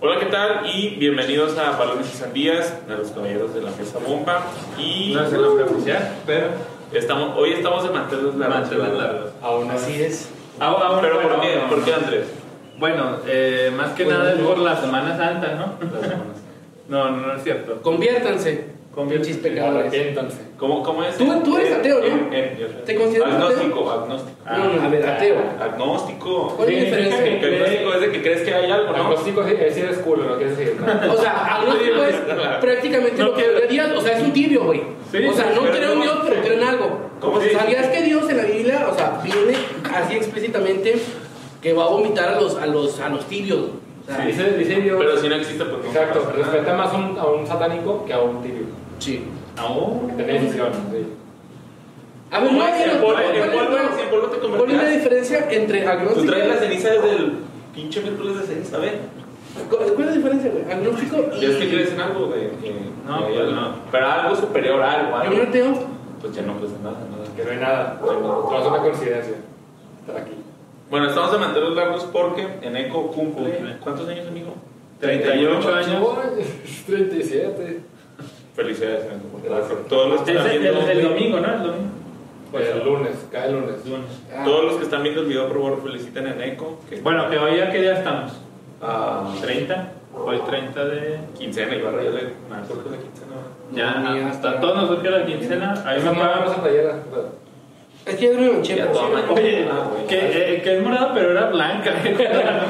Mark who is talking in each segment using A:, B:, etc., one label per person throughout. A: Hola, ¿qué tal? Y bienvenidos a Balones y Sandías, de los caballeros de la mesa bomba. Y
B: No es el nombre oficial, pero
A: estamos, hoy estamos de manteles largos.
B: manteles largos.
C: Aún así es.
B: Ah, ah,
A: ¿Pero
B: bueno,
A: por qué?
B: bueno.
A: ¿Por qué, Andrés?
B: Bueno, eh, más que
D: Pues
C: Bueno,
B: nada es
C: yo-
B: por la Semana Santa, ¿no? No, no, no es cierto.
C: Conviértanse.
B: Conviértanse.
C: Pinches pecadores.
A: ¿Cómo, cómo es? Eh,
C: Tú- tú eres ateo, ¿no?
A: En- en- en-
C: ¿Te consideras
A: agnóstico, agnóstico.
B: Ah,
C: no, no, a ver, ateo.
A: Agnóstico.
C: ¿Cuál es la
D: Sí, sí,
C: diferencia?
D: sí.
A: Que agnóstico es de que crees que hay algo, ¿no?
D: Agnóstico es es decir es eh, culo, ¿no? ¿Qué decir? No.
C: O sea, agnóstico es prácticamente
B: No
C: lo que
B: quiero-
C: le digas, o sea, es un tibio, güey.
B: Sí,
C: o sea, no
A: pero
C: creo en
A: no-
C: Dios, pero creo en algo.
A: ¿Cómo se dice?
C: ¿Sabías que Dios en la Biblia, o sea, viene así explícitamente que va a vomitar a los, a los, a los tibios? O sea, sí.
D: Dice, dice Dios.
A: Pero si no existe, pues no
D: Exacto,
A: pasa nada.
D: respeta más un- a un satánico que a un tibio.
B: Au.
D: Que tiene decisión, sí.
C: A ver, no,
A: ¿Cómo es?
C: pero-
A: En polvo-
C: ¿cuál
A: en
C: es-
A: polvo-
C: no?
A: en polvo te
C: ¿Cuál es la
A: convertirás.
C: diferencia entre
A: Tú
C: agnóstico?
A: traes la ceniza desde el pinche miércoles de ceniza, ¿ves?
C: ¿Cuál cuál es la diferencia, güey? Agnóstico y...
A: Ya es que crees en algo de. que-
B: No,
A: que hay
B: pues
A: algo.
B: no.
A: Pero algo superior, algo,
C: ¿Y un
A: algo.
C: ateo?
A: Pues ya no crees en nada, nada.
D: Que no hay nada. No es una coincidencia. Estar aquí.
A: Bueno, estamos de mantenerlos largos porque Eneco cumple.
B: Cumple.
A: ¿Cuántos años, amigo?
B: 38 años.
D: Uy, 37.
A: Felicidades, Eneco. porque Todos los que
B: Es
A: están
B: el, el- el
A: viendo.
B: domingo, ¿no? El domingo.
D: Pues el lunes, cada lunes.
B: Lunes.
C: Ah.
A: Todos los que están viendo el video, por favor, feliciten a Eneco. Que
B: Bueno, que hoy a qué día estamos?
A: Ah,
B: 30. Hoy 30 de.
A: quincena, iba a rayarle. Me acuerdo de quincena.
B: Ya,
C: No, ni
B: hasta
C: hasta-
B: todos nos surge la quincena. Ahí me
D: Esa no
B: pagamos
D: vamos a playera.
C: Es que yo no me
A: Y a toda madre.
B: Oye,
A: Ah, güey.
B: que, eh, que es morada, pero era blanca.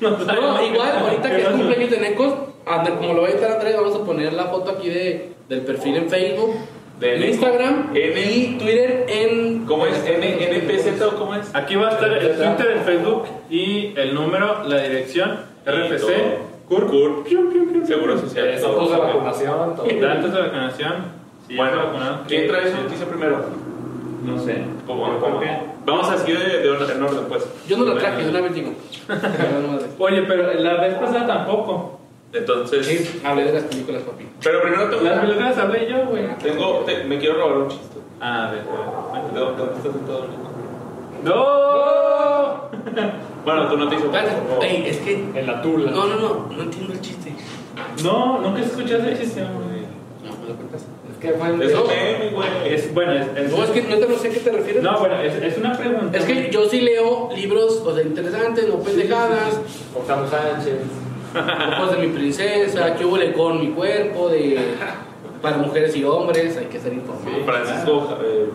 B: no,
C: No, igual, ahorita que es
B: cumpleaños.
C: cumpleaños de Necos, ande- como lo va a editar Andrés, vamos a poner la foto aquí de, del perfil en Facebook,
A: De
C: en
A: Necos.
C: Instagram
A: N.
C: y Twitter en.
A: ¿Cómo es? N- ¿NPZ o cómo es?
B: Aquí va a estar el Twitter, el Facebook y el número, la dirección, RFC,
A: CURP,
B: CURP,
A: Seguro Social.
D: Eh,
A: todo.
D: Fotos de vacunación, todo.
B: datos de vacunación. Si ya está
A: Bueno,
B: vacunado.
A: ¿quién trae su noticia primero?
B: No sé.
A: ¿Cómo,
B: Yo
A: cómo?
B: creo
A: Vamos así de, de orden, en orden, pues.
C: Yo no la traje, de una vez digo.
B: que- Oye, pero la vez pasada tampoco.
A: Entonces.
C: Sí, hablé de las películas, papi.
A: Pero primero tengo.
B: Las películas hablé yo, güey.
A: Tengo, te- me quiero robar un chiste.
B: Ah, a ver, a ver.
A: ¿De dónde estás sentado, Nico?
B: ¡No!
A: Bueno, tú no te hizo
C: Espérate, ey, es que.
D: En la tula.
C: No, no, no, no entiendo el chiste.
B: No, nunca escuchaste ese chiste, güey.
C: No, me lo cuentas.
D: Es que fue el
A: Es
D: de-
A: un meme, güey.
B: Es, bueno, es, es-
C: No, es que no te no sé a qué te refieres.
B: No, bueno, es, es una pregunta.
C: Es que yo sí leo libros, o sea, interesantes, no pendejadas.
D: Octavio Sánchez.
C: Ojos de mi princesa, que huele con mi cuerpo, de para mujeres y hombres, hay que ser informado.
A: Francisco eh,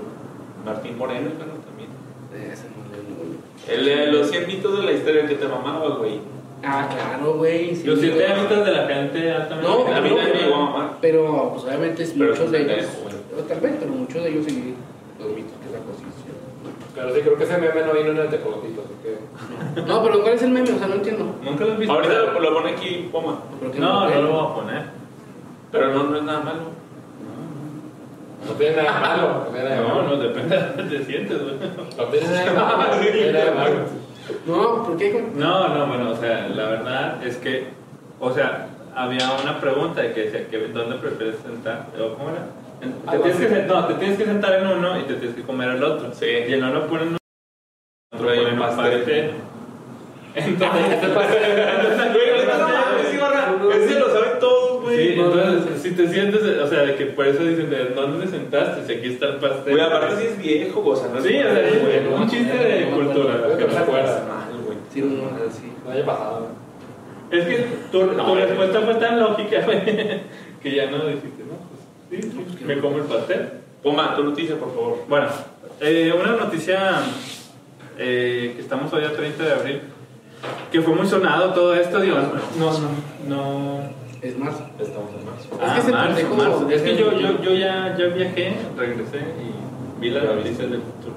A: Martín Moreno, bueno, también.
C: Eh, ese no le- no le-
A: El, eh, los 100 mitos de la historia que te mamaba, güey.
C: Ah, claro, güey. sí,
B: Los siete
C: güey.
B: hábitos de la gente altamente.
C: No,
A: A mí
C: no,
A: también me llegó a
C: pero,
A: mamar.
C: pero, pues obviamente es
A: Pero
C: muchos de
A: es un
C: ellos.
A: pendejo,
C: pero Tal vez, pero muchos de ellos sí los mitos que sacó sí, sí.
D: Pero sí, creo que ese meme no vino en el tecoloquito, así que.
C: No, pero ¿cuál es el meme? O sea, no entiendo.
B: Nunca lo he visto.
A: Ahorita lo, lo pone aquí, Poma.
C: ¿Por qué
B: No, no
C: Eh,
B: lo voy a poner.
A: Pero no, no es nada malo.
D: No tiene nada de malo. No tiene nada de
B: No,
D: malo.
B: no, depende de cómo te sientes, güey.
D: No tiene nada de malo. No tiene nada de malo.
C: No, ¿por qué? güey?
B: No, no, bueno, o sea, la verdad es que, o sea, había una pregunta de que decía, que ¿dónde prefieres sentar? O, ¿Cómo era? En- Te
D: Algo
B: tienes que,
D: así.
B: sen- no, te tienes que sentar en uno y te tienes que comer el otro.
A: Sí.
B: Y el uno pone en un- otro
A: Trae
B: pone
A: un
B: en un
A: pastel.
B: pastel.
A: Güey, no mames, sí, barra. Ese lo saben todos,
B: Sí,
A: güey.
B: entonces, si te sientes, o sea, de que por eso dicen, ¿de dónde te sentaste? Si aquí está el pastel.
A: Güey, aparte sí es viejo, o sea, no es
B: Sí, o sea,
A: güey.
B: es un chiste de cultura.
D: Creo que no se acuerda.
A: Mal, güey.
C: Sí, no, no, sí.
D: No haya pasado.
B: Es que tu,
A: No,
B: tu
A: eh.
B: respuesta fue tan lógica, güey, que ya no dijiste, ¿no? Pues, sí,
C: pues,
B: sí,
C: que
B: me
C: no.
B: como el pastel.
A: Poma, tu noticia, por favor.
B: Bueno, eh, una noticia eh, que estamos hoy a 30 de abril, que fue muy sonado todo esto, digo, no, no, no. Ah,
C: Es más.
A: Estamos en marzo.
C: que se pendejo-
B: Es que yo, yo, yo ya, ya viajé, regresé y vi las noticias del futuro.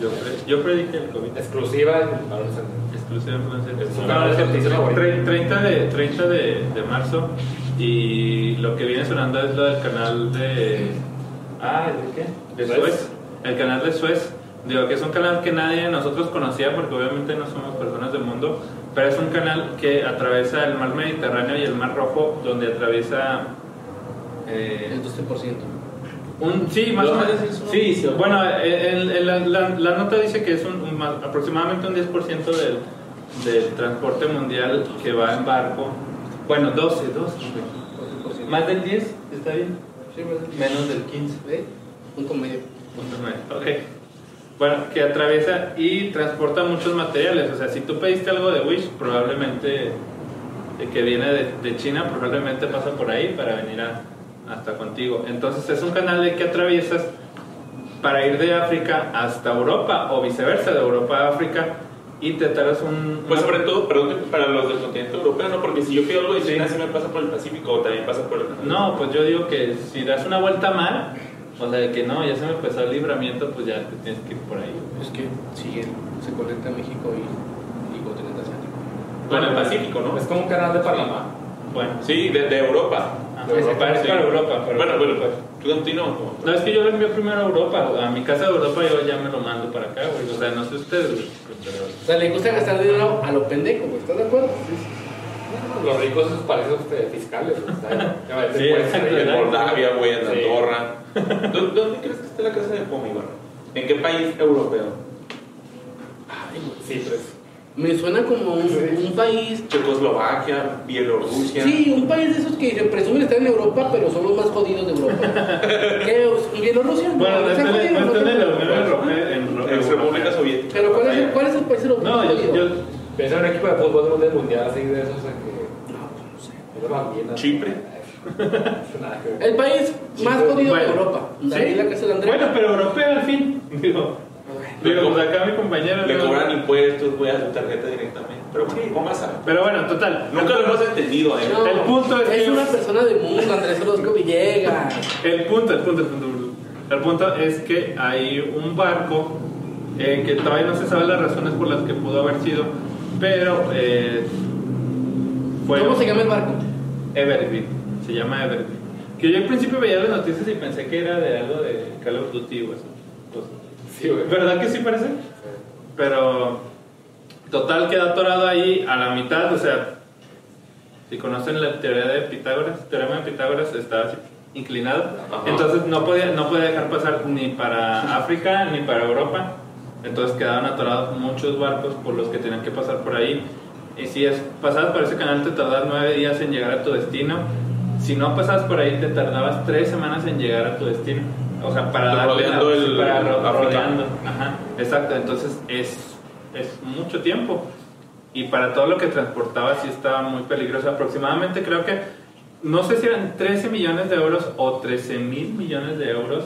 B: Yo, pre- yo predije el COVID.
D: Exclusiva en Balón Central.
B: Exclusiva
D: Es
B: francesa.
D: una
B: No, es el
D: noticia, güey.
B: 30 de, 30 de, de marzo y lo que viene sonando es lo del canal de... Ah, ¿de qué? De
D: Suez.
B: Suez. El canal de Suez. Digo que es un canal que nadie de nosotros conocía porque obviamente no somos personas del mundo, pero es un canal que atraviesa el mar Mediterráneo y el mar Rojo donde atraviesa... eh,
C: El 12%.
B: un, sí, más o
C: Dos
B: menos.
C: veces uno.
B: Sí, sí. bueno, el- el- la, la- la nota dice que es un, un más- aproximadamente un 10% del, del transporte mundial que va en barco Bueno, 12, 12. Más del 10, está bien.
C: Sí, ¿verdad?
B: Menos del 15.
C: ¿Eh? Punto medio.
B: Punto nueve, Ok. Bueno, que atraviesa y transporta muchos materiales. O sea, si tú pediste algo de Wish, probablemente eh, que viene de, de China, probablemente pasa por ahí para venir a- hasta contigo. Entonces es un canal de que atraviesas para ir de África hasta Europa o viceversa, de Europa a África y te tardas un...
A: Pues
B: una-
A: sobre todo, perdón, para los del continente europeo, ¿no? Porque si yo pido algo de China, sí me pasa por el Pacífico o también pasa por el...
B: No, pues yo digo que si das una vuelta mal, o sea, de que no, ya se me empezó el libramiento, pues ya te tienes que ir por ahí.
C: Es que sí, él se conecta a México y, y continente asiático.
A: Con el Pacífico, ¿no?
D: Es como un canal de Panamá.
B: Bueno.
A: Sí, de, de Europa.
B: Ah,
A: De
B: es
A: Europa,
B: para- es
A: sí.
B: para Europa, Ah, pero-
A: Bueno, bueno, pues, tú continúa. ¿no?
B: No, es que yo lo envío primero a Europa. A mi casa de Europa yo ya me lo mando para acá, güey. O sea, no sé ustedes, güey, pero-
C: O sea, le gusta gastar dinero a lo pendejo, güey, ¿estás de acuerdo?
D: Los ricos esos parecen este, fiscales. o sea, ya este ves,
B: Sí,
D: te puedes
B: exacto,
D: ir
A: En
D: por-
A: Moldavia, güey, en
D: Sí.
A: Andorra. ¿Dó- ¿Dónde crees que está la casa de Pomi, güey? ¿En qué país europeo?
C: Ay, güey.
D: Sí, pues.
C: Me suena como un, un país.
A: Checoslovaquia, Bielorrusia.
C: Sí, un país de esos que se presumen estar en Europa, pero son los más jodidos de Europa. ¿Qué? ¿Bielorrusia?
B: Bueno, no
C: ¿Está
B: están en
C: jodido,
B: no
C: no
B: están
C: está
B: en la
C: jodido?
B: Unión Europea. en Ro-
A: Ex República
B: Europea.
A: Soviética.
C: Pero ¿cuál es, el- ¿cuál es el país europeo
B: No, yo,
C: jodido?
B: yo,
D: Piensa en un equipo de fútbol de un mundial así de esos. o sea, que-
C: No, pues no sé.
D: Una bambina.
A: Chipre.
D: Nada que ver.
C: El país más
D: Sí,
C: jodido de
B: bueno.
C: Europa.
B: Sí.
C: David la casa de Andrés.
B: Bueno, pero europeo al fin. Digo, digo, pues acá mi compañero.
A: Le
B: ¿no?
A: cobran impuestos, güey, a su tarjeta directamente. Pero bueno, ¿cómo vas a-
B: Pero bueno, total.
A: Nunca lo hemos entendido, ¿eh?
C: No,
B: el punto es que-
C: una persona de mundo, Andrés Orozco Villegas.
B: El punto, el punto, el punto. El punto es que hay un barco eh, que todavía no se sabe las razones por las que pudo haber sido, pero eh, fue-
C: ¿Cómo se llama el barco?
B: Evergreen, se llama Evergreen. Que yo al principio veía las noticias y pensé que era de algo de Call of Duty o eso. Pues,
D: Sí, güey.
B: ¿Verdad que sí parece? Pero total queda atorado ahí a la mitad, o sea, si conocen la teoría de Pitágoras, el teorema de Pitágoras está así, inclinado,
A: Ajá.
B: entonces no podía, no podía dejar pasar ni para África ni para Europa, entonces quedaban atorados muchos barcos por los que tenían que pasar por ahí. Y si es, pasabas por ese canal te tardabas nueve días en llegar a tu destino, si no pasabas por ahí te tardabas tres semanas en llegar a tu destino. O sea, para darle
A: Rodeando
B: la-
A: el-
B: para ro-
A: África.
B: rodeando. Ajá, exacto. Entonces es, es mucho tiempo. Y para todo lo que transportaba sí estaba muy peligroso. Aproximadamente creo que, no sé si eran 13 millones de euros o 13 mil millones de euros.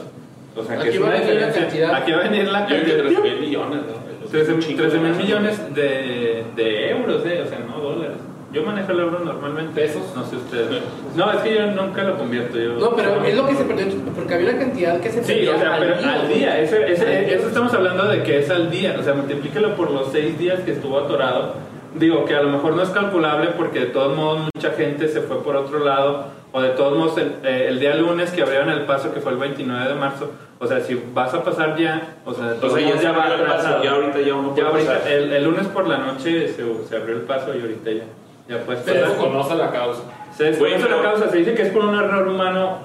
B: O sea, que
C: Aquí
B: es
C: va
B: una
C: a venir la
B: diferencia.
C: cantidad.
B: Aquí va a venir la
A: Yo creo que
B: cantidad.
A: 13 mil millones, ¿no?
B: 13
A: Un chingo
B: mil
A: de-
B: millones de, de euros, eh, o sea, no dólares. Yo manejo el euro normalmente.
D: ¿Pesos?
B: No sé ustedes. No, es que yo nunca lo convierto. Yo,
C: No, pero es lo que se perdió, porque había una cantidad que se
B: Sí,
C: perdió
B: o sea, pero al día, ese, ese-
C: Al día.
B: eso estamos hablando de que es al día, o sea, multiplícalo por los seis días que estuvo atorado. Digo que a lo mejor no es calculable porque de todos modos mucha gente se fue por otro lado, o de todos modos el, eh, el día lunes que abrieron el paso que fue el 29 de marzo, o sea, si vas a pasar ya, o sea, de
A: O
B: todos
A: sea, ya,
B: modos
A: ya
B: va
A: va
B: atrasado.
A: Ya ahorita ya uno
B: Ya
A: puede
B: ahorita,
A: pasar.
B: el, el lunes por la noche se, se abrió el paso y ahorita ya, ya puedes
D: Pero
B: pasar.
D: conoce la causa.
B: Se desconoce
A: Güey,
B: la
A: pero-
B: causa, se dice que es por un error humano,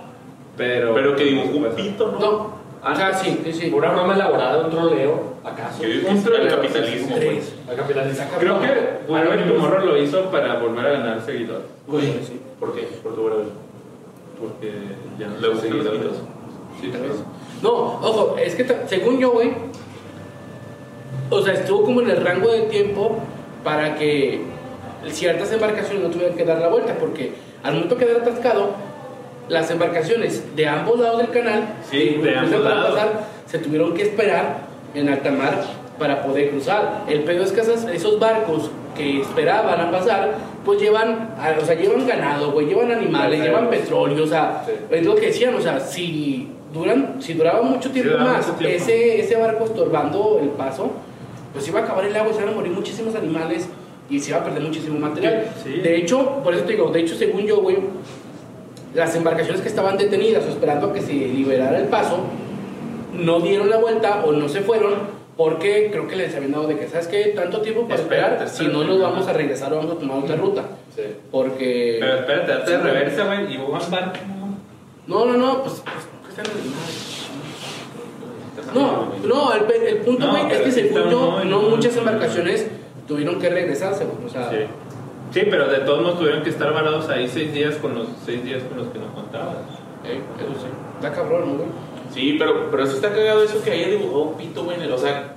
B: pero...
A: Pero que dibujó un
B: Pues,
A: pito, ¿no?
C: No, ah, sí, sí, sí.
D: Una broma elaborada, un troleo, ¿acaso?
A: Que dijo
B: Un
A: que el
B: troleo,
A: capitalismo, güey.
C: Tres.
D: La capitalista.
B: Creo
D: Ah,
B: que Warren Tomorrow lo hizo para volver a ganar seguidores.
A: Güey, sí. ¿Por qué? Porque bueno,
B: Porque ya no
A: Le gustan
B: tiene
A: los
B: seguidores.
A: videos.
B: Sí,
C: Tal vez.
B: pero-
C: No, ojo, es que ta- según yo, güey, o sea, estuvo como en el rango de tiempo para que ciertas embarcaciones no tuvieran que dar la vuelta, porque al momento quedar atascado, las embarcaciones de ambos lados del canal,
B: Sí,
C: que
B: de
C: cruzan
B: ambos
C: para
B: lados.
C: se tuvieron que esperar en alta mar para poder cruzar. El pedo es que esas- esos barcos que esperaban a pasar, pues llevan, a- o sea, llevan ganado, güey, llevan animales,
D: Sí.
C: llevan petróleo, o sea,
D: Sí.
C: es lo que decían, o sea, si duran, si duraba mucho tiempo
B: duraba
C: más
B: mucho tiempo.
C: Ese, ese barco estorbando el paso, pues iba a acabar el agua, se iban a morir muchísimos animales y se iba a perder muchísimo material.
B: Sí.
C: De hecho, por eso te digo, de hecho, según yo, güey, las embarcaciones que estaban detenidas o esperando a que se liberara el paso, no dieron la vuelta o no se fueron. Porque creo que les habían dado de que, ¿sabes qué? Tanto tiempo para
B: Espérate,
C: esperar, si
B: espérate.
C: no nos vamos a regresar o vamos a tomar otra ruta.
D: Sí.
C: Porque...
B: Pero espérate, date de reversa, güey, y Boban Van.
C: No, no, no, pues... pues, ¿qué están No, no, el, pe- el punto
B: No,
C: güey, es
B: pero
C: que
B: sí
C: según
B: está
C: yo,
B: muy,
C: no
B: muy,
C: muchas
B: muy,
A: Ah.
C: embarcaciones tuvieron que regresarse, güey, o sea,
B: Sí. Sí, pero de todos modos tuvieron que estar varados ahí seis días con los seis días con los que nos contaban.
C: Eh, eso sí. Está cabrón, ¿no, güey?
A: Sí, pero, pero eso está cagado eso que haya dibujado un pito, güey. en el- O sea,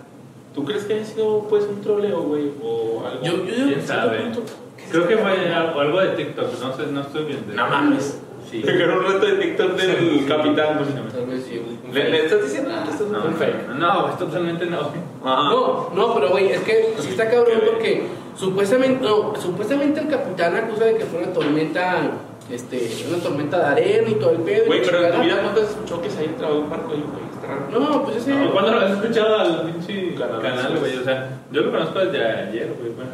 A: ¿tú crees que haya sido pues un troleo, güey? O algo.
C: Yo, yo digo
B: ¿Quién
C: que sí,
B: sabe?
C: punto.
B: Creo que fue algo, algo de TikTok, entonces no estoy viendo.
A: No mames.
B: Sí.
A: Te quedó un rato de TikTok del capitán, güey.
C: Tal vez sí, güey.
A: ¿Le, le estás diciendo que estás
B: No,
A: un fake?
B: no, no, es totalmente Ah. no.
A: Ajá.
C: No, no, pero güey, es que Ah. sí está cabrón porque supuestamente, no, supuestamente el capitán acusa de que fue una tormenta, este, una tormenta de arena y todo el pedo. y
A: Güey,
C: la
A: pero en tu
C: chingada.
A: vida cuántos choques hay entre un barco y un güey. Está raro.
C: No, pues ese.
B: No, ¿Cuándo lo has escuchado al pinche
A: Canal,
B: canal,
A: sí.
B: güey? O sea, yo lo conozco desde ayer, güey. Bueno,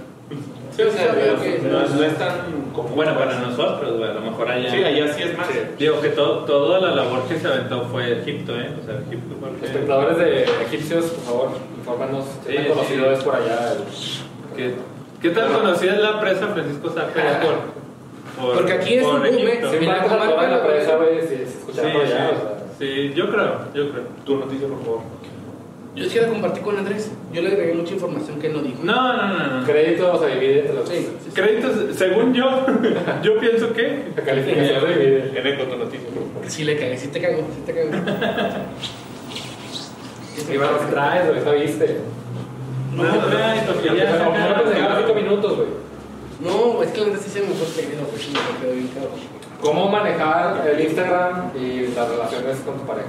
A: Sí, o sea,
C: Sí,
A: pero
C: que-
A: no, es- no es tan como.
B: bueno para nosotros, güey, a lo mejor allá.
A: Sí, allá sí es más.
D: Sí.
B: Digo que todo, toda la labor que se aventó fue Egipto, ¿eh? O sea, Egipto porque...
D: Espectadores de egipcios, por favor, infórmanos.
B: Sí,
D: ¿Qué tan
B: sí.
D: conocido es por allá? el-
B: ¿Qué, qué tan conocida es la presa Francisco Sánchez por, por-
C: Porque aquí es
B: por
C: un
B: Egipto?
C: boom, ¿eh?
D: Siempre
C: la
D: antes de toda la
C: comarca,
D: prensa, güey, si se
B: Sí,
D: escuchaba por allá.
B: sí, sí, yo creo, yo creo.
A: Tu noticia, por favor.
C: Yo sí la compartí con Andrés. Yo le agregué mucha información que él no dijo.
B: No, no, no,
D: o sea,
B: no.
D: Crédito se divide entre los.
C: Sí, sí, sí.
B: Créditos, según yo, yo pienso que...
D: La calificación se divide.
A: N con tu noticia, por favor.
C: Sí le cagué, sí te cago, sí te cago.
D: Y bueno, ¿qué traes, güey? ¿Esa viste?
B: No, crédito,
D: Pero
B: que ya
D: pero
B: sacaron-
D: apenas llegaron cinco minutos, güey.
C: No, es que la neta sí se me fue el pedo, güey, sí me quedó bien cabrón.
D: ¿Cómo manejar el Instagram y las relaciones con tu pareja?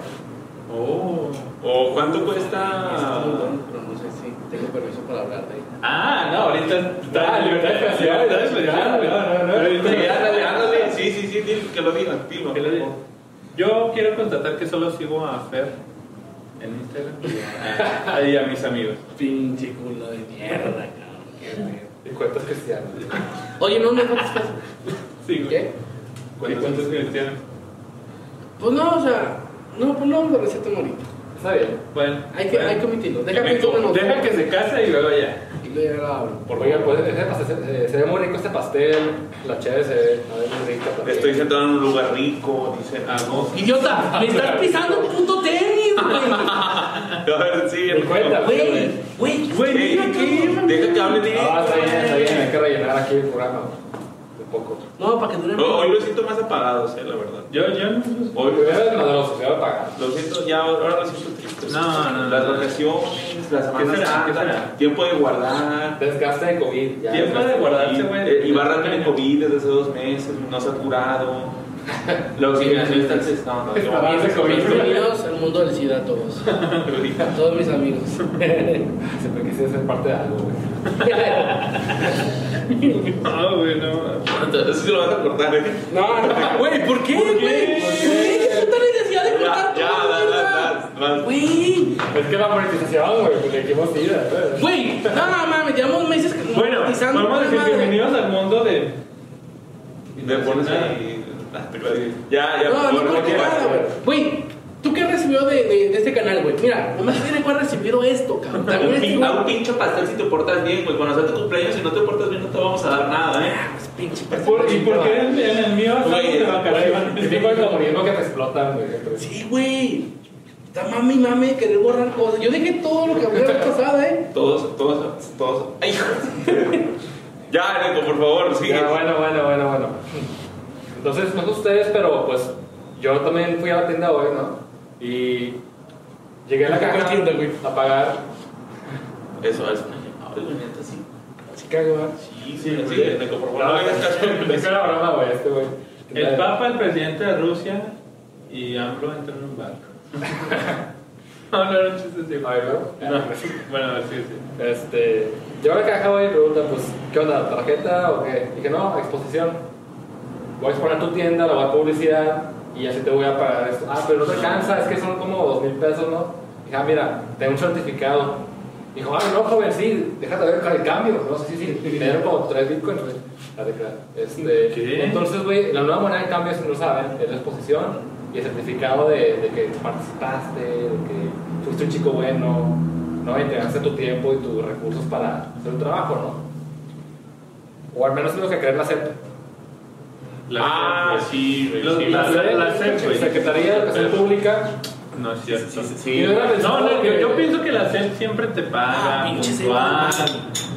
B: Oh.
A: ¿O cuánto
C: Está
A: cuesta?
C: muy bueno, pero no sé si tengo permiso para hablar de él.
B: Ah, no, ahorita está
D: Ah, libertad de expresión.
B: Libertad de expresión,
D: Ah,
B: güey.
D: no, no, no.
B: Pero ahorita
A: Sí,
B: ya-
A: ándale, ándale. Sí, sí, sí, dile que lo digan, dilo.
B: ¿Qué le digo? Yo quiero constatar que solo sigo a Fer en Instagram y a, y a mis amigos.
C: Pinche culo de mierda, cabrón. Qué pedo.
D: Y cuentas cristianas.
C: Oye, no, no, no, no.
B: Sí, güey.
C: ¿Qué?
B: ¿Y cuántos cristianos?
C: Pues no, o sea, no, pues no, la receta morita.
D: Está bien.
B: Bueno.
C: Hay que,
B: bueno.
C: hay que omitirlo. Déjame
B: Deja
C: que
B: que,
C: no.
B: deja que se case y luego ya.
C: Y luego ya la hablo.
D: Por oiga, pues ese pastel, eh, se ve muy rico este pastel, la chévere se ve a ver, muy rica también.
A: Estoy sentado en un lugar rico, dice.
B: Ah, no.
C: Idiota, me estás pisando un puto tenis,
A: A ver, sí.
D: Me cuenta.
C: güey. Güey, güey,
A: Güey,
C: mira, cabrón.
A: deja que hable directo.
D: Ah, está bien, está bien, hay
A: güey.
D: que rellenar aquí el programa. Un poco.
C: No, para que dure
A: No, Oh, Hoy lo siento más apagados, eh, la verdad.
B: Yo, yo no.
A: Hoy
D: Primero es madroso, se va a pagar.
A: lo siento, ya ahora lo siento triste.
B: No, no, no.
A: Las vacaciones, la semana
B: será? ¿Qué
A: santa,
B: será?
A: tiempo de guardar.
D: Desgaste de COVID. Ya,
B: Tiempo
D: desgaste
B: de guardarse,
A: Y-
B: güey.
A: eh, Y barra tiene COVID desde hace dos meses, no se ha curado. La oxigenación está no, no, yo-
D: Barra de COVID.
C: Bienvenidos al mundo del SIDA a todos.
A: Ahorita.
C: A todos mis amigos.
D: Siempre quise ser parte de algo, güey.
B: No, güey, no.
A: Entonces sí lo vas a cortar, eh.
C: No, no, güey, ¿por qué,
B: ¿Por qué?
C: güey?
B: ¿Por qué?
C: Güey, ¿Qué puta necesidad de
A: Ya,
C: cortar
A: ya,
C: todo,
A: da,
C: güey?
A: da, da, da.
C: Güey,
D: Es que la monetización, güey, pues le dijimos ir. ¿eh?
C: güey, no, no mames, llevamos meses que-
B: Bueno,
C: pisando
B: vamos a
C: esa
B: decir
C: madre.
B: bienvenidos al mundo de.
A: Me pones ahí. Ah, te clavé. Ya, ya,
C: No,
A: por
C: no
A: favor,
C: creo que
A: ya.
C: nada, güey. Güey, ¿tú qué recibió de, de, de este canal, güey? Mira, nomás tiene que haber recibido esto, cabrón. También
A: Un
C: es
A: pin- A un
C: igual.
A: pinche pastel si te portas bien, güey. Cuando sea tu cumpleaños, si no te portas bien, no te vamos a dar nada, eh.
C: Pues, pinche
B: Por- ¿Y por qué en en el mío estamos
A: Güey,
B: de
D: El
B: vacaciones?
D: tipo de comunismo que te explotan, güey. entre-
C: Sí, güey. Está mami, mami, de querer borrar cosas. Yo dejé todo lo que había la vez pasada, eh.
A: Todos, todos, todos. ¡Ay, hijo! Ya, Nico, por favor, sigue.
D: Ya, bueno, bueno, bueno, bueno. Entonces, no sé ustedes, pero pues yo también fui a la tienda hoy, ¿no? Y llegué a la
C: ¿A qué
D: caja
C: tienda, güey?
D: a pagar.
A: Eso es una llamada, güey, neta, sí.
C: Sí, cago, ¿verdad?
A: Sí, Ah, sí, sigue, Nico, por favor. No hagas caso.
D: Es que era broma, güey, este güey.
B: El Papa, el presidente de Rusia y AMLO entran en un barco. no, no, no, chiste, sí.
D: A
B: No,
D: ver, ¿no?
B: bueno, a ver, sí, sí.
D: Este, yo a la caja, güey, y pregunta, pues, ¿qué onda? ¿Tarjeta o qué? Dije, no, exposición. Voy a exponer tu tienda, le voy a dar publicidad y así te voy a pagar esto. Ah, pero no te alcanza, es que son como dos mil pesos, ¿no? Dije, ah, mira, tengo un certificado. Dijo, ah, no, joven, sí, déjate ver el cambio. No sé si sí, sí, me dieron como tres bitcoins, güey. La de cara. Este,
B: ¿Qué?
D: Entonces, güey, la nueva moneda de cambio, si no lo saben, es la exposición y el certificado de, de que participaste, de que fuiste un chico bueno, ¿no? Y te gastaste tu tiempo y tus recursos para hacer un trabajo, ¿no? O al menos es lo que creen la CEP.
B: La-
A: Ah,
B: la-
A: sí, güey,
B: Los-
A: sí.
B: la- la SEP, güey.
D: Secretaría de Educación Pública.
B: pues, No es cierto.
A: Sí, sí,
D: Yo
A: sí.
D: era-
B: No, no, yo, yo pienso que la SEP siempre te
C: Ah,
B: paga,
C: pinche
B: puntual.
C: SEP.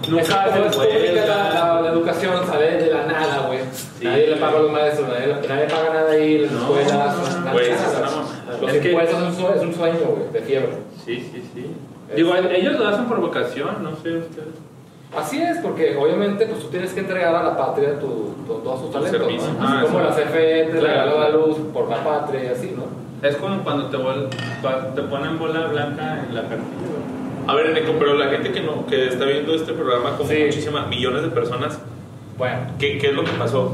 B: Nunca
D: Exacto,
B: hacen
D: es pública la,
B: huelga.
D: la- la educación, sale de la nada, güey. nadie le paga a los maestros, nadie, nadie paga nada ahí, las
B: No,
D: escuelas,
B: no, no,
D: las-
B: güey,
D: las-
B: eso es una
D: las-
B: mamada.
D: Los
B: Es que-
D: impuestos es un, sue- es un sueño, güey, de fiebre.
B: Sí, sí, sí. Digo, ellos lo hacen por vocación, no sé ustedes.
D: Así es, porque obviamente pues, tú tienes que entregar a la patria tu, tu- todos tus talentos.
B: servicio.
D: ¿no?
B: Ah,
D: Así como
B: sí.
D: la CFE te
B: Claro.
D: regaló la luz por la patria y así, ¿no?
B: Es como cuando te, vol- pa- te ponen bola blanca en la cartilla. güey.
A: A ver, Eneco, pero la gente que no, que está viendo este programa como
D: Sí.
A: muchísimas millones de personas,
D: Bueno.
A: ¿qué, qué es lo que pasó?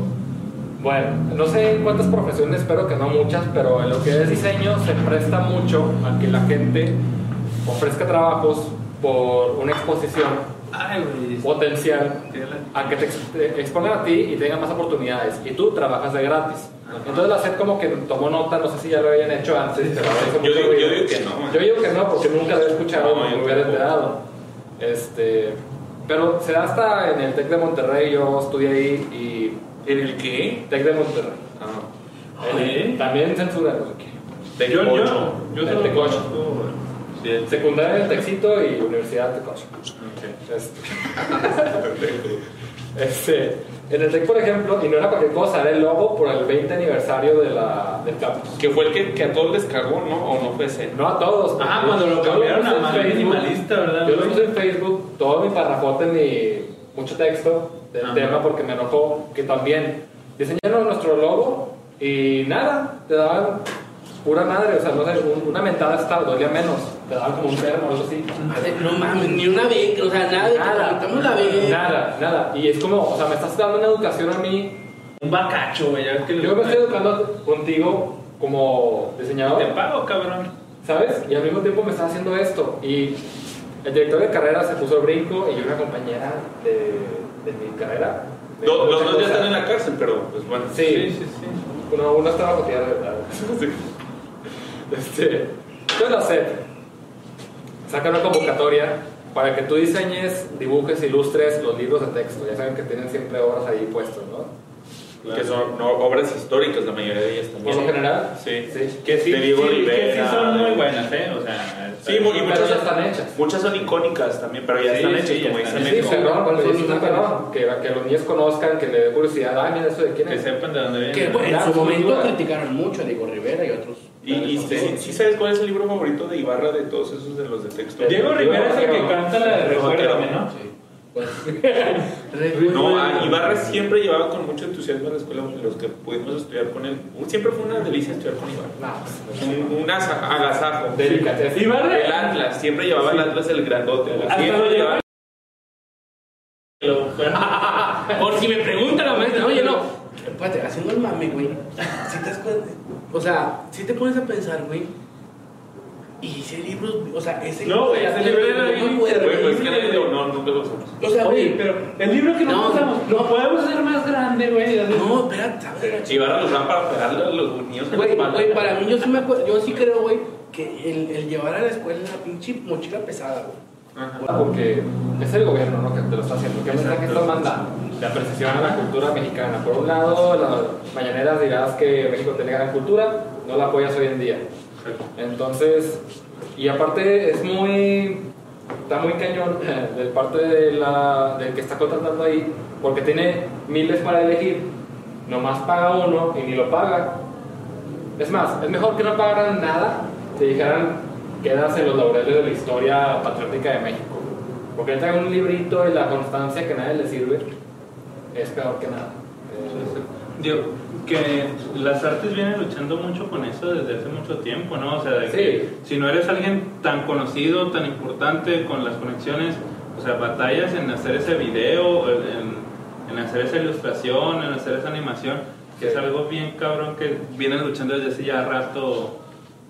D: Bueno, no sé en cuántas profesiones, espero que no muchas, pero en lo que es diseño se presta mucho a que la gente ofrezca trabajos por una exposición
B: Ay, güey.
D: potencial,
B: Qué la-
D: a que te, ex- te expongan a ti y tengan más oportunidades, y tú trabajas de gratis. Entonces la SED como que tomó nota, no sé si ya lo habían hecho antes. pero lo hizo
A: Yo
D: mucho
A: digo- yo
D: ruido.
A: digo que no, man.
D: Yo digo que no, porque nunca lo he escuchado,
A: No,
D: no,
A: yo
D: me hubiera
A: tampoco.
D: enterado. Este, pero se da hasta en el TEC de Monterrey, yo estudié ahí
A: ¿En el qué?
D: y TEC de Monterrey.
A: Ah,
D: Eh,
B: ¿Eh?
D: También censura. güey, que
A: de
B: Yo, yo,
A: ocho.
B: yo
D: El
B: solo
D: tecocho.
B: conozco, güey. Sí, el tecocho.
D: Secundaria en Texito y Universidad de Tecocho.
B: Ok.
D: Este, este, en el TEC, por ejemplo, y no era cualquier cosa, era el logo por el 20 aniversario de la, del campus.
A: Que fue el que, que a todos les cagó, ¿no? O no fue ese.
D: No a todos.
B: Ah,
D: porque
B: cuando lo
D: yo
B: cambiaron
D: puse
B: a
D: en
B: más
D: Facebook,
B: minimalista, ¿verdad,
D: Yo lo
B: güey?
D: puse en Facebook, todo mi parrafote, mi mucho texto del
B: Ah.
D: tema, porque me enojó que también diseñaron nuestro logo y nada, te daban pura madre, o sea, no sé, un- una mentada hasta dolía menos, te daban como un termo o algo así.
C: Madre, no mames, ni una vez, o sea, nada de que comentamos la vez.
D: Nada, nada. Y es como, o sea, me estás dando una educación a mí.
B: Un bacacho, güey. ya ves que
D: Yo me estoy educando contigo como
B: Te
D: diseñador,
B: pago, cabrón.
D: ¿sabes? Y al mismo tiempo me estás haciendo esto. Y el director de carrera se puso el brinco y una compañera de, de mi carrera. me
A: Lo-
D: dijo
A: los
D: otra
A: dos ya
D: cosa.
A: están en la cárcel, pero pues bueno.
D: Sí.
B: sí, sí. sí.
D: Uno, uno estaba bajo tierra, ¿verdad? Este, yo no sé. Saca una convocatoria para que tú diseñes, dibujes, ilustres los libros de texto. Ya saben que tienen siempre obras ahí puestas, ¿no?
A: Que son no, obras históricas, la mayoría de ellas
D: Por lo
A: también.
D: general.
A: Sí.
D: Sí.
B: Que sí,
A: De Diego
B: sí, que sí
A: Rivera.
B: son muy buenas, ¿eh? O sea, está
A: Sí,
B: bien.
A: muy- y
D: Pero
A: muchas
D: ya están hechas.
A: Muchas son icónicas también, pero ya
B: Sí,
A: están
B: sí,
A: hechas,
B: ya
A: como
B: están
A: dice
D: Sí,
A: Eneco.
C: hechas.
D: perdón, pero sí, está perdón. Que, que los niños conozcan, que le dé curiosidad. Ah, mira, ¿eso de quién
B: que
D: es?
B: sepan de dónde viene.
C: Que bueno, en su
D: Claro,
C: momento
D: claro.
C: criticaron mucho a Diego Rivera y otros.
A: Y, y sí,
C: Sí.
A: sí sabes cuál es el libro favorito de Ibarra de todos esos de los de texto.
B: Diego Rivera es el que
D: Diego-
B: canta la de
A: Diego-
B: Recuérdame, ¿no?
C: Pues,
A: No, ah, a Ibarra siempre llevaba con mucho entusiasmo a la escuela los que pudimos estudiar con él. Siempre fue una delicia estudiar con Ibarra.
D: Nah, pues,
A: Un, un asa- agasajo.
D: Delicatez.
B: Ibarra-
A: El Atlas, siempre llevaba el Atlas el grandote.
B: Hasta
A: Siempre
B: lo
A: llevaba-
B: Lo-
C: Por si me preguntan la maestra, oye, no. Espérate, haciendo el mame, güey. Si te das cuenta, o sea, si te pones a pensar, güey. Y ese libro, o sea, ese
B: No, güey, ese libro era
C: no
B: bien
C: puede,
A: Güey, pues,
C: güey.
A: que nadie lo- no, nunca lo usamos.
C: O sea,
B: Oye,
C: güey,
B: pero el libro que
C: No,
B: no usamos, lo podemos hacer más grande, güey. así.
C: no, espérate, a ver.
A: Ibarra los usaban para pegarle a los niños en la
C: Güey,
A: espalda.
C: güey, para mí yo sí me acuerdo, yo sí creo, güey, que el, el llevar a la escuela la pinche mochila pesada, güey.
D: Porque es el gobierno ¿no? que te lo está haciendo. ¿Qué mensaje estás mandando? La apreciación a la cultura mexicana. Por un lado, las mañaneras dirás que México tiene gran cultura, no la apoyas hoy en día. Entonces, y aparte es muy, está muy cañón del parte de la, del que está contratando ahí, porque tiene miles para elegir, nomás paga uno y ni lo paga. Es más, es mejor que no pagaran nada, te dijeran, quedas en los laureles de la historia patriótica de México. Porque ahorita un librito y la constancia que a nadie le sirve, es peor que nada.
B: Digo, que las artes vienen luchando mucho con eso desde hace mucho tiempo, ¿no? O sea, de que si no eres alguien tan conocido, tan importante con las conexiones, o sea, batallas en hacer ese video, en, en hacer esa ilustración, en hacer esa animación, que es
D: Sí.
B: algo bien cabrón que vienen luchando desde hace ya rato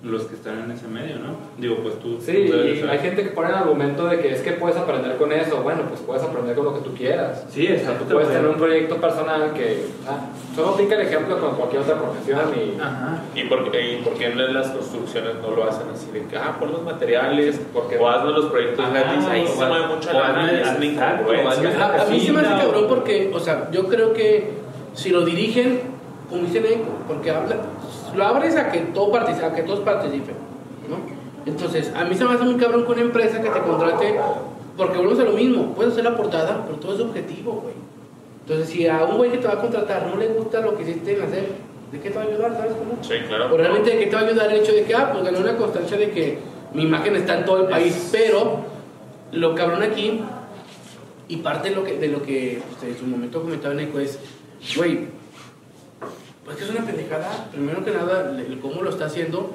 B: los que están en ese medio, ¿no? Digo, pues tú...
D: Sí,
B: tú debes
D: y
B: saber.
D: hay gente que pone el argumento de que es que puedes aprender con eso. Bueno, pues puedes aprender con lo que tú quieras.
B: Sí, exacto. pues.
D: Puedes tener un proyecto personal que ah, solo aplica el ejemplo con cualquier otra profesión y
B: Ajá.
A: ¿Y por, qué, y por qué en las construcciones no lo hacen así de que, ah, pon los materiales,
D: Porque-
A: o haznos los proyectos
B: Ajá,
A: gratis? Ahí
B: o
A: se
B: haz-
A: mueve mucha
B: o
A: lana y
B: hazme-
A: es una
B: exacto, hazme-
A: incongruencia.
C: A, a mí se me hace
B: Casita,
C: cabrón
B: o-
C: porque, o sea, yo creo que si lo dirigen, como dicen ellos, porque habla, lo abres a que, todo partici- a que todos participen, ¿no? Entonces, a mí se me hace muy cabrón que una empresa que te contrate Porque volvemos a lo mismo, puedes hacer la portada, pero todo es objetivo, güey. Entonces, si a un güey que te va a contratar no le gusta lo que hiciste en hacer, ¿de qué te va a ayudar? ¿Sabes cómo?
A: Sí, claro.
C: O realmente, ¿de qué te va a ayudar el hecho de que, ah, pues gané una constancia de que mi imagen está en todo el país? Pero, lo cabrón aquí, y parte de lo que, de lo que pues, en su momento comentaba Nico es, güey, pues que es una pendejada, primero que nada, el- el cómo lo está haciendo.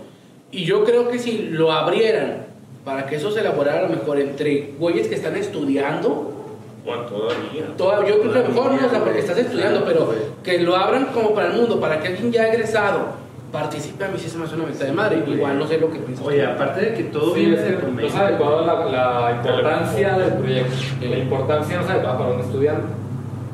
C: Y yo creo que si lo abrieran para que eso se elaborara a lo mejor entre güeyes que están estudiando,
A: Juan, todavía.
C: Toda- yo creo que a lo mejor no, o sea, porque estás estudiando, pero que lo abran como para el mundo, para que alguien ya egresado participe, a mí sí se me hace una venta de madre. Igual no sé lo que piensas.
B: Oye, aparte de que todo
D: Sí,
B: viene
D: es que
B: de tu
D: no
B: mente.
D: sabe cuál es la, la importancia del proyecto. Y la importancia no se adecuada para un estudiante.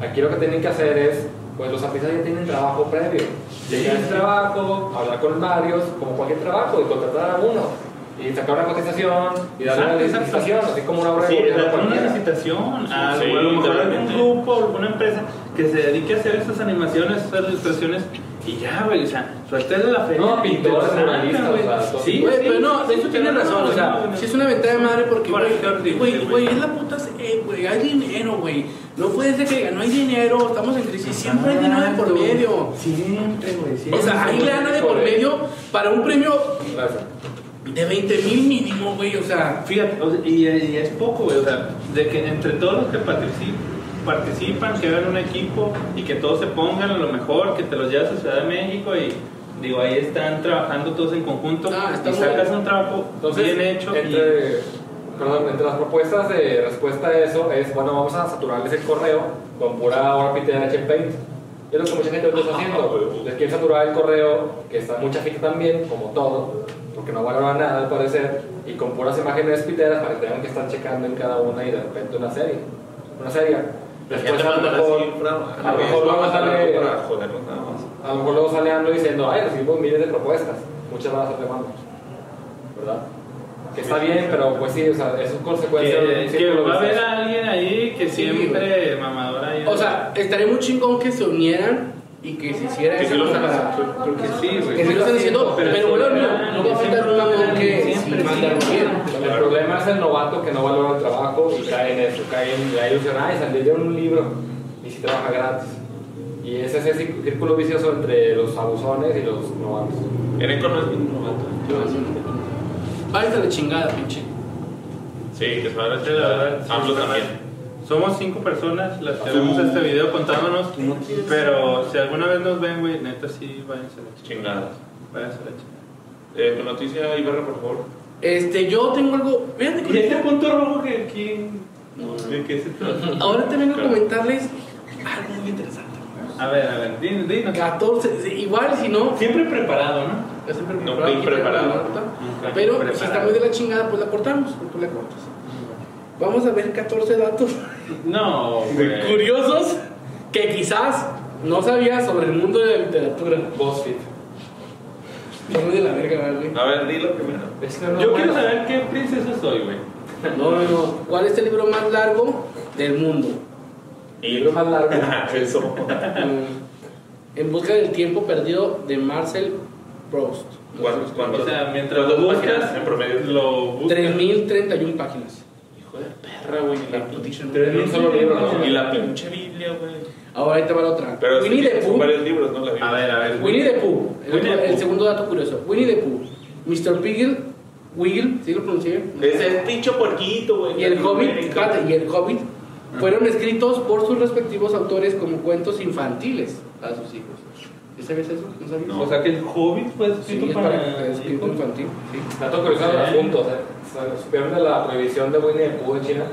D: Aquí lo que tienen que hacer es, pues los artistas ya tienen trabajo previo. Llegar al trabajo, hablar con varios, como cualquier trabajo, y contratar a uno. Y sacar una cotización, y dar una
B: Exacto,
D: licitación, así como una obra
B: Sí,
D: de gobierno
B: dar una
D: cualquiera.
B: licitación a,
A: Sí,
B: o a lo mejor algún
A: literalmente.
B: grupo o alguna empresa que se dedique a hacer esas animaciones, esas ilustraciones y ya, güey, o sea, suéltale la feria.
D: No,
B: y te
D: pintores,
B: sacan,
D: muralistas,
B: güey.
D: o sea, todo.
B: Sí,
C: Güey,
B: sí,
C: pero no,
B: sí,
C: de hecho
B: sí,
C: tienes
B: pero no,
C: razón, o sea,
B: no, no.
C: si es una venta de madre porque,
B: Por
C: güey,
B: eso te digo,
C: güey,
B: güey.
C: güey, es la puta, se- eh, güey, hay dinero, güey. No puede ser que digan, no hay dinero, estamos en crisis, siempre hay dinero de por medio.
B: Siempre, güey, siempre.
C: O sea, hay lana de por medio para un premio
D: Gracias.
C: de 20 mil mínimo, güey, o sea.
B: Fíjate, o sea, y, y es poco, güey, o sea, de que entre todos los que partici- participan, que hagan un equipo y que todos se pongan a lo mejor, que te los lleves a Ciudad de México y digo, ahí están trabajando todos en conjunto
C: Ah, está
B: y
C: muy
B: sacas
C: bien.
B: un trabajo
D: Entonces,
B: bien hecho y-
D: entre, perdón, entre las propuestas de respuesta a eso es, bueno, vamos a saturarles el correo con pura hora pitera de Paint. Es lo que mucha gente ahorita está haciendo. Les quieren saturar el correo, que está mucha gente también, como todo, porque no valora nada al parecer, y con puras imágenes piteras para que tengan que estar checando en cada una y de repente una serie. Una serie.
A: Ya
D: Después
A: te
D: a lo
A: mandan
D: mejor,
A: así, bravo.
D: a lo mejor
A: vamos
D: vamos a darle-
A: para jodernos nada más.
D: a lo mejor luego sale AMLO diciendo, ay, recibimos miles de propuestas, muchas van a ser demandas, ¿verdad? Que está bien, pero pues sí, o sea, es un consecuencia de
B: que,
D: un
B: que
D: círculo
B: va a haber
D: vicioso.
B: a alguien ahí que
C: Sí,
B: siempre mamadora ahí.
C: O sea, estaría muy chingón que se unieran y que se hiciera
A: Que
C: eso
A: sí lo
C: para-
A: hacen,
B: porque sí, güey.
C: Que sí lo están haciendo, pero, bueno, no, no va a faltar un cabrón que sí
B: siempre,
C: manda algo
B: siempre.
C: bien.
D: El problema es el novato que no valora el trabajo y cae en eso, cae en la ilusión, ay, salió un libro y si trabaja gratis. Y es ese círculo- círculo vicioso entre los abusones y los novatos.
A: Erenco no es ningún novato.
C: Váyanse a la chingada, pinche.
A: Sí, que se va a
B: Sí, la verdad, sí,
A: AMLO
B: la verdad.
A: también.
B: Somos cinco personas las que vemos este video contándonos. Pero si alguna vez nos ven, güey, neta sí, váyanse a la chica.
A: Chingadas.
B: Váyanse a la chica.
A: Eh, tu noticia, Ibarra, por favor.
C: Este, yo tengo algo. Fíjate
B: Y este
C: que
B: punto rojo que aquí. ¿De qué se trata?
C: ahora te vengo a comentarles algo muy interesante.
B: A ver, a ver, dinos. dinos.
C: 14, sí, igual si no.
B: Siempre preparado, ¿no?
C: yo siempre
A: No,
C: preparado,
A: estoy
C: aquí traigo la
A: preparado.
C: nota,
B: Nunca
C: Pero
B: preparado.
C: si está muy de la chingada, pues la cortamos, pues tú la cortas. Vamos a ver 14 datos
B: No, güey.
C: curiosos que quizás no sabías sobre el mundo de la literatura.
D: BuzzFeed.
C: Está muy de la verga, güey.
A: A ver, dilo primero.
D: Es que no
B: Yo
D: bueno.
B: quiero saber qué princesa soy, güey.
C: No, no, no. ¿Cuál es el libro más largo del mundo?
D: El libro más largo.
A: Eso.
C: Mm, en busca del tiempo perdido de Marcel Proust.
A: ¿Cuántos?
B: O
A: cuántos?
B: sea, mientras
A: ¿Cuántas
B: lo buscas,
A: páginas en promedio?
B: lo buscas.
C: 3031 páginas.
A: Hijo de perra, güey. y la pinche-
D: En un solo libro, ¿no?
A: Y la pinche Biblia, güey.
C: Ahora ahí te va la otra.
A: Pero
C: Winnie
A: sí,
C: the
A: son
C: Pooh.
A: varios libros, ¿no? La Biblia.
B: A ver, a ver.
C: Winnie the Pooh. El,
B: Winnie
C: otro-
B: the
C: el
B: Pooh.
C: segundo dato curioso. Winnie the Pooh. Mr. Piggle. Wiggle. ¿Sí lo pronuncié? bien?
A: Ese es pinche puerquito, güey.
C: Y el
A: La
C: Hobbit.
A: Biblia.
C: espérate, y el Hobbit.
A: Ah.
C: Fueron escritos por sus respectivos autores como cuentos infantiles a sus hijos. ¿Ya sabías eso? ¿No sabías?
A: No.
B: O sea, que el hobbit fue
C: Sí,
B: escrito
C: es
B: para.
C: para es escrito infantil. Sí.
D: Dato curioso del
B: Sí.
D: asunto, ¿eh? ¿Supieron de la prohibición de Winnie the Pooh en China?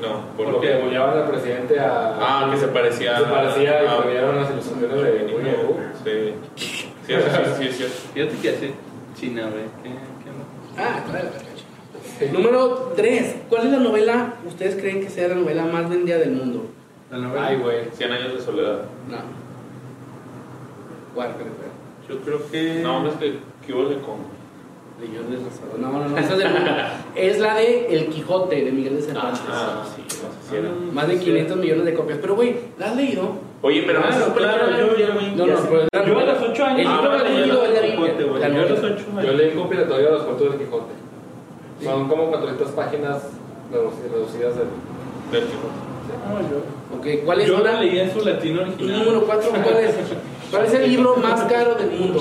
A: No, ¿por
D: Porque
A: qué?
D: degollaban al presidente a.
A: Ah, que se parecía.
D: Se parecía y
A: Ah,
D: prohibieron las ilustraciones de Winnie the Pooh.
A: Sí. Sí, eso sí, sí, sí, sí.
B: Fíjate que así, China, güey. ¿Qué, qué no?
C: Ah, claro. Número 3. ¿Cuál es la novela ustedes creen que sea la novela más vendida del mundo?
B: La novela.
D: Ay, güey.
A: 100 años de soledad.
C: No. ¿Cuál creen? que
B: Yo creo que.
A: No, no es que. ¿Qué hubo le con?
C: sea? De Jordi Rosado. No, no, no. Esa es, del mundo. es la de El Quijote de Miguel de Cervantes.
A: Ah, sí, no sé si era.
B: Mm,
C: Más de
B: sí.
C: 500 millones de copias. Pero, güey, ¿la has leído?
A: Ah, Oye, pero
B: Claro,
A: no,
B: claro, yo ya lo vi.
C: No, no, pero es la
B: Yo a
C: novela.
B: los 8 años.
C: El
A: Ah,
C: libro
A: vale,
C: más
A: ya
C: vendido
A: la-
C: es la Biblia.
B: Quijote, güey.
C: La
B: Yo a los
C: novela.
B: 8
D: Yo
B: años.
D: leí un compilatorio de los cuentos del Quijote. Son como 400 páginas reduc- reducidas del.
A: Del tipo.
E: No, yo.
C: Ok, ¿cuál es
E: Yo
C: ahora-
E: la leí en su latino
C: Y
E: original.
C: número 4, ¿cuál es? ¿Cuál es el libro más caro del mundo?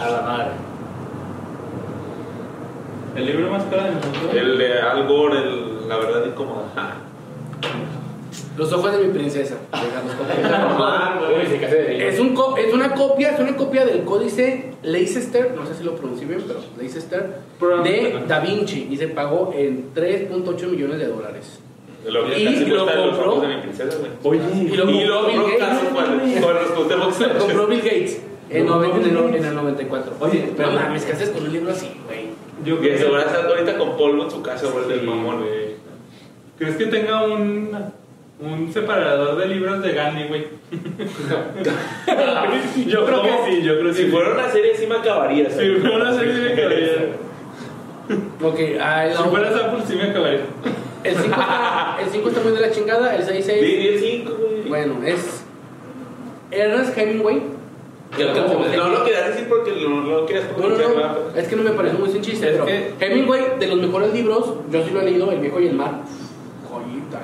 D: A la madre.
E: El libro más caro del mundo.
A: El de Al Gore, el- la verdad incómoda. Ja.
C: Los ojos de mi princesa. de Carlos Coelho.
E: Ah,
D: Uy, sí, casi de niño.
C: Es, un co- es una copia, es una copia del códice Leicester, no sé si lo pronuncio bien, pero Leicester, de Da Vinci y se pagó en 3.8 millones de dólares.
A: Lo que
C: Y
A: casi
C: lo
A: cuesta de los
C: compró.
A: ojos de mi princesa, güey.
E: Oye,
C: Y lo
A: Y lo
C: compró Bill
A: compró
C: Gates.
A: casi cuando cuando responde Box
C: Lo compró Bill Gates en,
E: No,
C: noven-
E: no,
C: en el
E: no.
C: no- en el 94.
E: Oye,
C: pero
E: pero-
C: mames, ¿qué haces con un libro así, güey?
E: yo
A: Que se
E: creo
A: va a estar ahorita con polvo en su casa, güey, del mamón, güey.
E: ¿Crees que tenga un, un separador de libros de Gandhi, güey? yo creo
A: ¿Cómo?
E: que sí, yo creo que
A: Si
E: sí.
A: fuera una serie, sí me acabaría.
E: Si fuera una serie, sí me acabaría.
C: Ok, ah,
E: Si
C: el-
E: fueras Apple, sí me acabaría.
C: el 5 está, el cinco está muy de la chingada, el 6 es...
A: Di el 5, güey.
C: Bueno, es Ernest Hemingway.
A: Ya te- No lo querías decir porque no no lo querías
C: No, no,
A: pronunciar, ¿verdad?
C: no, es que no me parece muy sin chiste,
E: Es
C: pero
E: que-
C: Hemingway, de los mejores libros, yo sí lo he leído, El viejo y el mar. Joyita.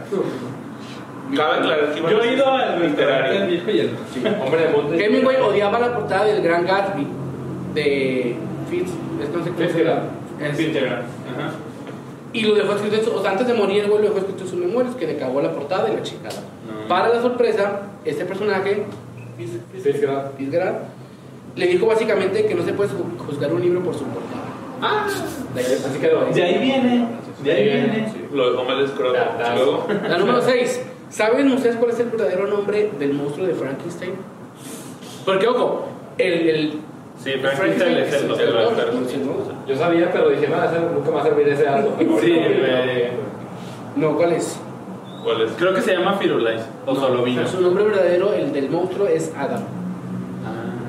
A: Cabe aclarar que
E: Yo he ido al restaurante del
A: literario.
E: viejo y el mar.
D: Hombre de monte.
C: Hemingway odiaba la portada del Gran Gatsby de Fitz, es que no sé cómo se llama. Es-
E: Fitzgerald. Ajá.
C: Y lo dejó escrito, en su- o sea, antes de morir, el güey lo dejó escrito en sus memorias, que le cagó la portada y la chingada.
E: No.
C: Para la sorpresa, este personaje, Fitz-
D: Sí, claro.
C: Fitzgerald, le dijo básicamente que no se puede ju- juzgar un libro por su portada.
E: Ah,
C: De ahí-
D: Así quedó.
E: de ahí viene. De ahí viene.
A: Lo dejó mal escroto.
D: Ya, ya.
A: Luego,
C: La número 6. ¿Saben ustedes cuál es el verdadero nombre del monstruo de Frankenstein? Porque, ojo, el. el
B: Sí, Frankenstein es el
A: el-
B: doctor.
D: Yo sabía, pero dije, no, ese nunca me va a servir ese algo.
E: Sí,
C: No, ¿cuál es?
A: ¿Cuál es?
B: Creo que se llama Firulais o solo vino.
C: No, Su nombre verdadero, el del monstruo, es Adam.
B: Ah.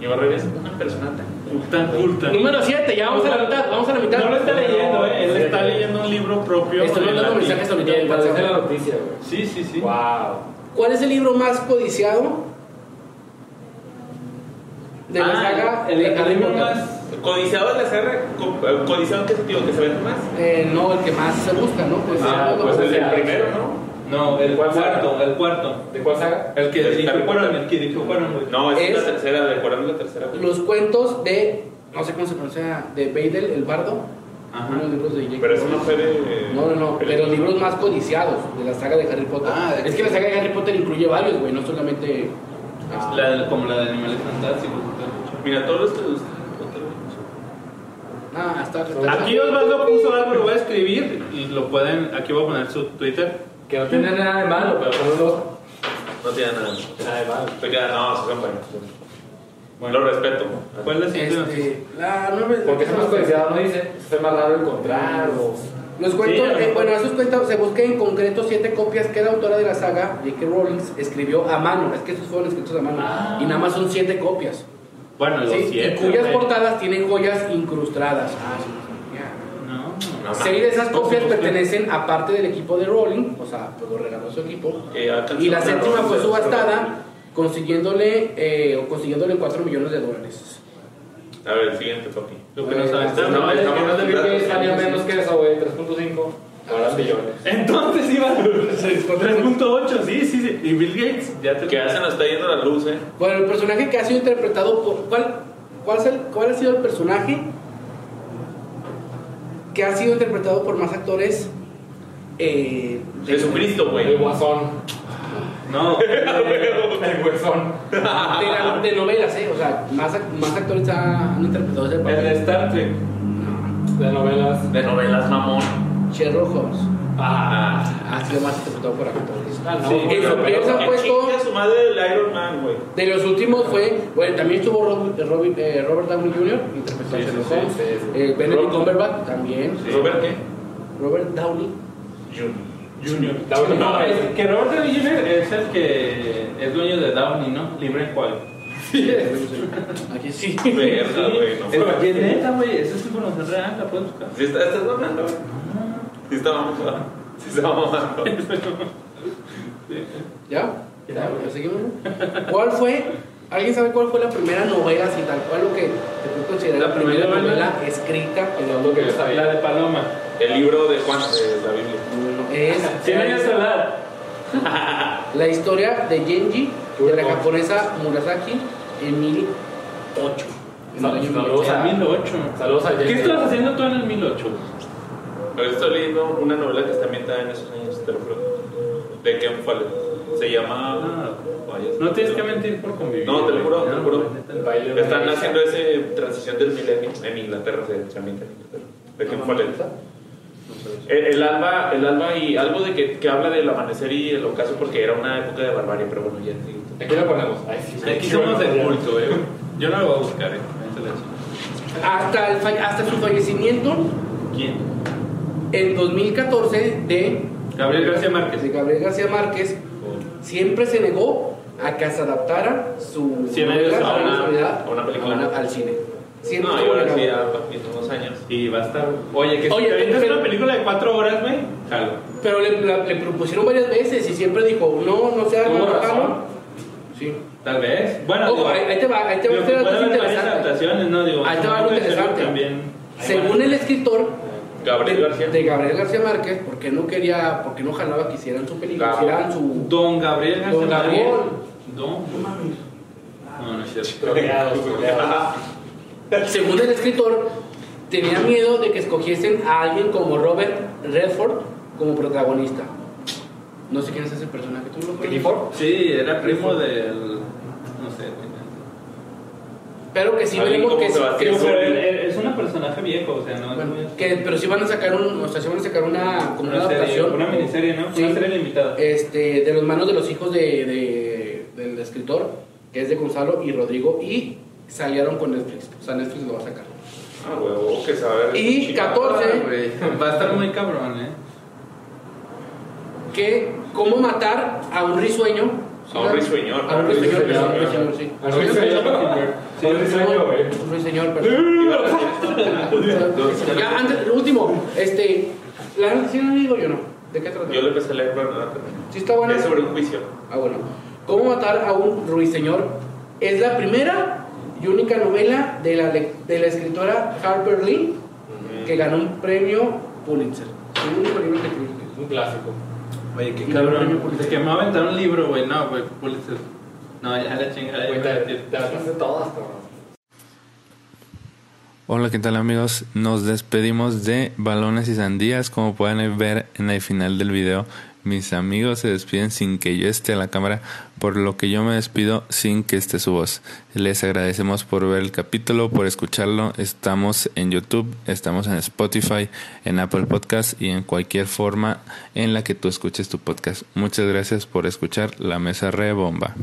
A: Iba a regresar una persona tan.
B: Tan culta.
C: Número 7, ya vamos a la mitad, vamos a la mitad.
E: No lo está leyendo, ¿eh? Él está leyendo un libro propio.
C: Estoy
E: en
C: mandando
E: latín.
C: mensajes ahorita en
D: Mientras
C: WhatsApp.
D: dejé la noticia,
E: Sí,
D: güey.
E: sí, sí.
D: Wow.
C: ¿Cuál es el libro más codiciado? De la
E: Ah,
C: saga
E: el,
C: de
E: el
C: Harry
E: libro
C: Potter.
E: más.
A: Codiciado de la serra, co- eh, codiciado que sentido, que se vende más.
C: Eh, no, el que más se busca, ¿no? Pues,
E: Ah,
C: eh,
E: pues
C: lo-
E: el
A: El
D: Codiciado.
A: primero, ¿no?
E: No, el
D: ¿Cuál será?
E: cuarto, el cuarto.
D: ¿De cuál saga?
E: El que
A: El
E: dirigió
A: Harry Potter.
E: Cuarón, el que dirigió Cuarón, güey.
A: No, es,
C: Es-
A: la tercera, decorando la tercera. güey.
C: los cuentos de, no sé cómo se pronuncia, de Beidel, el bardo.
E: Ajá.
C: Unos libros de J.K.
A: Pero eso no
C: Rowling.
A: fue de.
C: No, no, no, de los
A: película.
C: libros más codiciados de la saga de Harry Potter.
E: Ah, de-
C: es que la saga de Harry Potter incluye varios, güey, no solamente.
E: La del- como la de animales fantásticos.
A: Mira, todos los que les gusta Harry Potter, güey.
C: Ah, hasta.
B: Aquí Osvaldo puso algo, lo voy a escribir y lo pueden. Aquí voy a poner su Twitter.
D: Que no tiene nada de malo, pero son unos.
A: No tiene nada.
D: Nada de malo.
A: Estoy quedando- No, se son buenos. Bueno, lo respeto.
B: ¿Cuál es la siguiente noticia?
C: Este, la nueve-
D: Porque ese más codiciado no dice, eso es más raro encontrar o.
C: Los cuentos,
E: Sí, a lo
C: eh,
E: mejor.
C: bueno, esos cuentos se busca en concreto siete copias que la autora de la saga, J.K. Rowling, escribió a mano. Es que esos fueron escritos a mano.
E: Ah.
C: Y nada más son siete copias.
B: Bueno, los
C: ¿sí?
B: siete.
C: y cuyas
B: güey.
C: portadas tienen joyas incrustadas.
E: No.
A: No,
C: Seis de esas
E: Por
C: copias
E: supuesto.
C: pertenecen a parte del equipo de Rowling, o sea, pues lo regaló su equipo.
A: Eh, alcanzó
C: Y la
A: una
C: séptima
A: ronda
C: fue
A: de-
C: subastada, consiguiéndole eh, o consiguiéndole 4 millones de dólares.
A: A ver, siguiente, papi.
B: Lo que no
E: Eh,
B: saben.
C: No,
A: no, estamos
D: el que no
A: hablando
D: te
A: de
D: vi que
A: datos.
D: salió menos que eso, güey. 3.5. Ahora millones.
E: Entonces iba 3.8, sí, sí, sí. Y Bill Gates ya te
A: Que ya se nos está yendo la luz, eh.
C: Bueno, el personaje que ha sido interpretado por. ¿Cuál, cuál, es el- cuál ha sido el personaje que ha sido interpretado por más actores? Eh, de-
A: Jesucristo,
D: El
A: güey.
D: guasón.
E: No.
D: El huesón.
C: De, la- de novelas, ¿eh? O sea, más, ac- más actores ha- han interpretado ese
E: El de
C: papel.
E: Star Trek.
D: De novelas.
A: De novelas, mamón.
C: Sherlock Holmes
A: Ah.
C: ha sido más interpretado por actores.
D: Ah, no,
E: Sí,
D: güey,
C: eso
D: pero-
C: piensa-
A: Que
C: puesto-
A: chingue a su madre el Iron Man, güey.
C: De los últimos fue, bueno, también estuvo Rob- Robin- eh, Robert Downey Jr., interpretó a
E: Sí, sí,
C: Sherlock
E: sí,
C: Holmes.
D: sí, sí.
C: Eh, Benedict
A: Rob-
C: Cumberbatch también.
A: ¿Robert qué?
C: Robert Downey.
E: Junior.
D: Downey.
E: No, es que Robert Downey Jr. es el que es dueño de Downey, ¿no? Libre en juego.
C: Aquí sí.
A: Verga, güey. No
E: Es que
A: mames.
E: neta, güey, esa es información real, la puedes buscar.
A: Sí, está- estás mamando, güey. Sí, está mamando. Sí, está mamando.
C: ¿Ya? ¿Ya? ¿Ya seguimos? ¿Cuál fue ¿Alguien sabe cuál fue la primera novela, si tal cual lo que se puede considerar la,
B: La
C: primera
B: primera
C: novela,
B: novela?
C: escrita?
D: Es lo que yo sabía.
B: La de Paloma.
A: El libro de Juan, de la Biblia.
C: Es
B: ¿Tiene años de edad?
C: la historia de Genji, de la japonesa Murasaki, en 1008. En el año
D: Saludos.
C: 1008.
D: sea,
B: 2008.
D: Saludos a
B: ¿Qué
D: Jesse.
B: estabas haciendo tú en el 2008?
A: Pero estoy leyendo una novela que está ambientada en esos años, te lo juro. De Ken Follett. Se llama.
C: Ah.
A: Vaya,
B: No tienes que mentir por convivir.
A: No, te lo juro,
B: güey.
A: te lo juro.
D: El baile de
A: Están
D: la-
A: haciendo esa transición del milenio en Inglaterra, se, se ambienta en Inglaterra. De
C: Ah,
A: Ken Follett. El, el alba, el alba y algo de que, que habla del amanecer y el ocaso porque era una época de barbarie, pero bueno, ya sí.
D: Aquí lo ponemos. Ay, sí,
B: Aquí
D: sí,
B: somos
D: bueno,
B: de
D: ya.
B: culto, eh. Yo no lo voy a buscar, eh. Ahí te lo digo.
C: Hasta, el fa- hasta su fallecimiento
B: ¿Quién?
C: en 2014 de,
B: Gabriel García Márquez.
C: de Gabriel García Márquez, siempre se negó a que se adaptara su
B: Cien años
C: novela,
B: a
C: su
B: una-
C: responsabilidad,
A: a una película.
C: al cine. Siempre
A: No, y
C: estuvo
A: ahora sí,
C: negado.
A: ya pasaron unos años.
B: Y va a estar. Oye, que
C: Oye,
B: si te avientas
C: pero-
B: una película de 4 horas, güey, jalo.
C: Pero le, la- le propusieron varias veces y siempre dijo, no, no sea
B: Tuvo
C: algo
B: razón.
C: Sí.
B: Tal vez. Bueno,
C: Ojo, ahí, ahí te va, ahí te va
B: digo,
C: este
B: puede
C: dato
B: haber varias
C: interesante.
B: adaptaciones, ¿no? Digo,
C: Ahí te va
B: supongo
C: algo
B: que Sherlock
C: interesante.
B: También.
C: Según el escritor
A: Gabriel
C: de,
A: García.
C: de Gabriel García Márquez, porque no quería, porque no jalaba que hicieran su película,
A: Gabriel.
C: hicieran su...
B: Don Gabriel García
C: Don Gabriel.
B: Márquez. Don. No, no es cierto.
D: Troleados, troleados.
A: Ah,
C: Según el escritor, tenía miedo de que escogiesen a alguien como Robert Redford como protagonista. No sé quién es ese personaje, tú lo conoces?
D: Ricky Ford.
B: Sí, era primo del. No sé,
C: Pero que sí
A: Alguien
C: veremos
A: como
C: que, sí-
A: Sebastián.
C: que,
A: Digo, pero él-
B: es un personaje viejo, o sea, no
C: bueno, que- pero sí van a sacar un, o sea, sí van a sacar una, como una adaptación.
B: una miniserie, ¿no?
C: Sí.
B: Una serie limitada.
C: este, de los manos de los hijos de, de- del escritor, que es de Gonzalo y Rodrigo, y salieron con Netflix. O sea, Netflix lo va a sacar.
A: Ah, huevo, que saber.
C: Y 14,
B: Ah, Va a estar muy cabrón, ¿eh?
C: que cómo matar a un risueño. ¿sí,
A: A un
C: verdad?
A: risueñor.
C: A un risueño,
D: Risueño,
C: perdón, risueño, sí.
D: A Luis Sueño, sí, Luis Sueño, güey.
C: Un
A: eh.
C: Ruiseñor, perdón. Ya, antes, el último, este, la, ¿sí no digo yo no? ¿De qué trata?
A: Yo lo empecé a leer, pero no la terminé.
C: ¿Sí está buena?
A: Es sobre un juicio.
C: Ah, bueno. ¿Cómo matar a un ruiseñor? Es la primera y única novela de la, le- de la escritora Harper Lee que ganó un premio Pulitzer. El único libro que escribió.
D: Es un clásico.
B: Oye, qué
C: Y
B: cabrón.
C: premio
B: Es
C: Pulitzer.
B: que me va a aventar un libro, güey. No, güey, Pulitzer. No, ya la chingada. ya
D: Güey,
B: me
D: te-
B: metí.
D: te las de todas, cabrón.
F: Hola, ¿qué tal amigos? Nos despedimos de Balones y Sandías. Como pueden ver en el final del video, mis amigos se despiden sin que yo esté a la cámara, por lo que yo me despido sin que esté su voz. Les agradecemos por ver el capítulo, por escucharlo. Estamos en YouTube, estamos en Spotify, en Apple Podcast y en cualquier forma en la que tú escuches tu podcast. Muchas gracias por escuchar La Mesa Rebomba.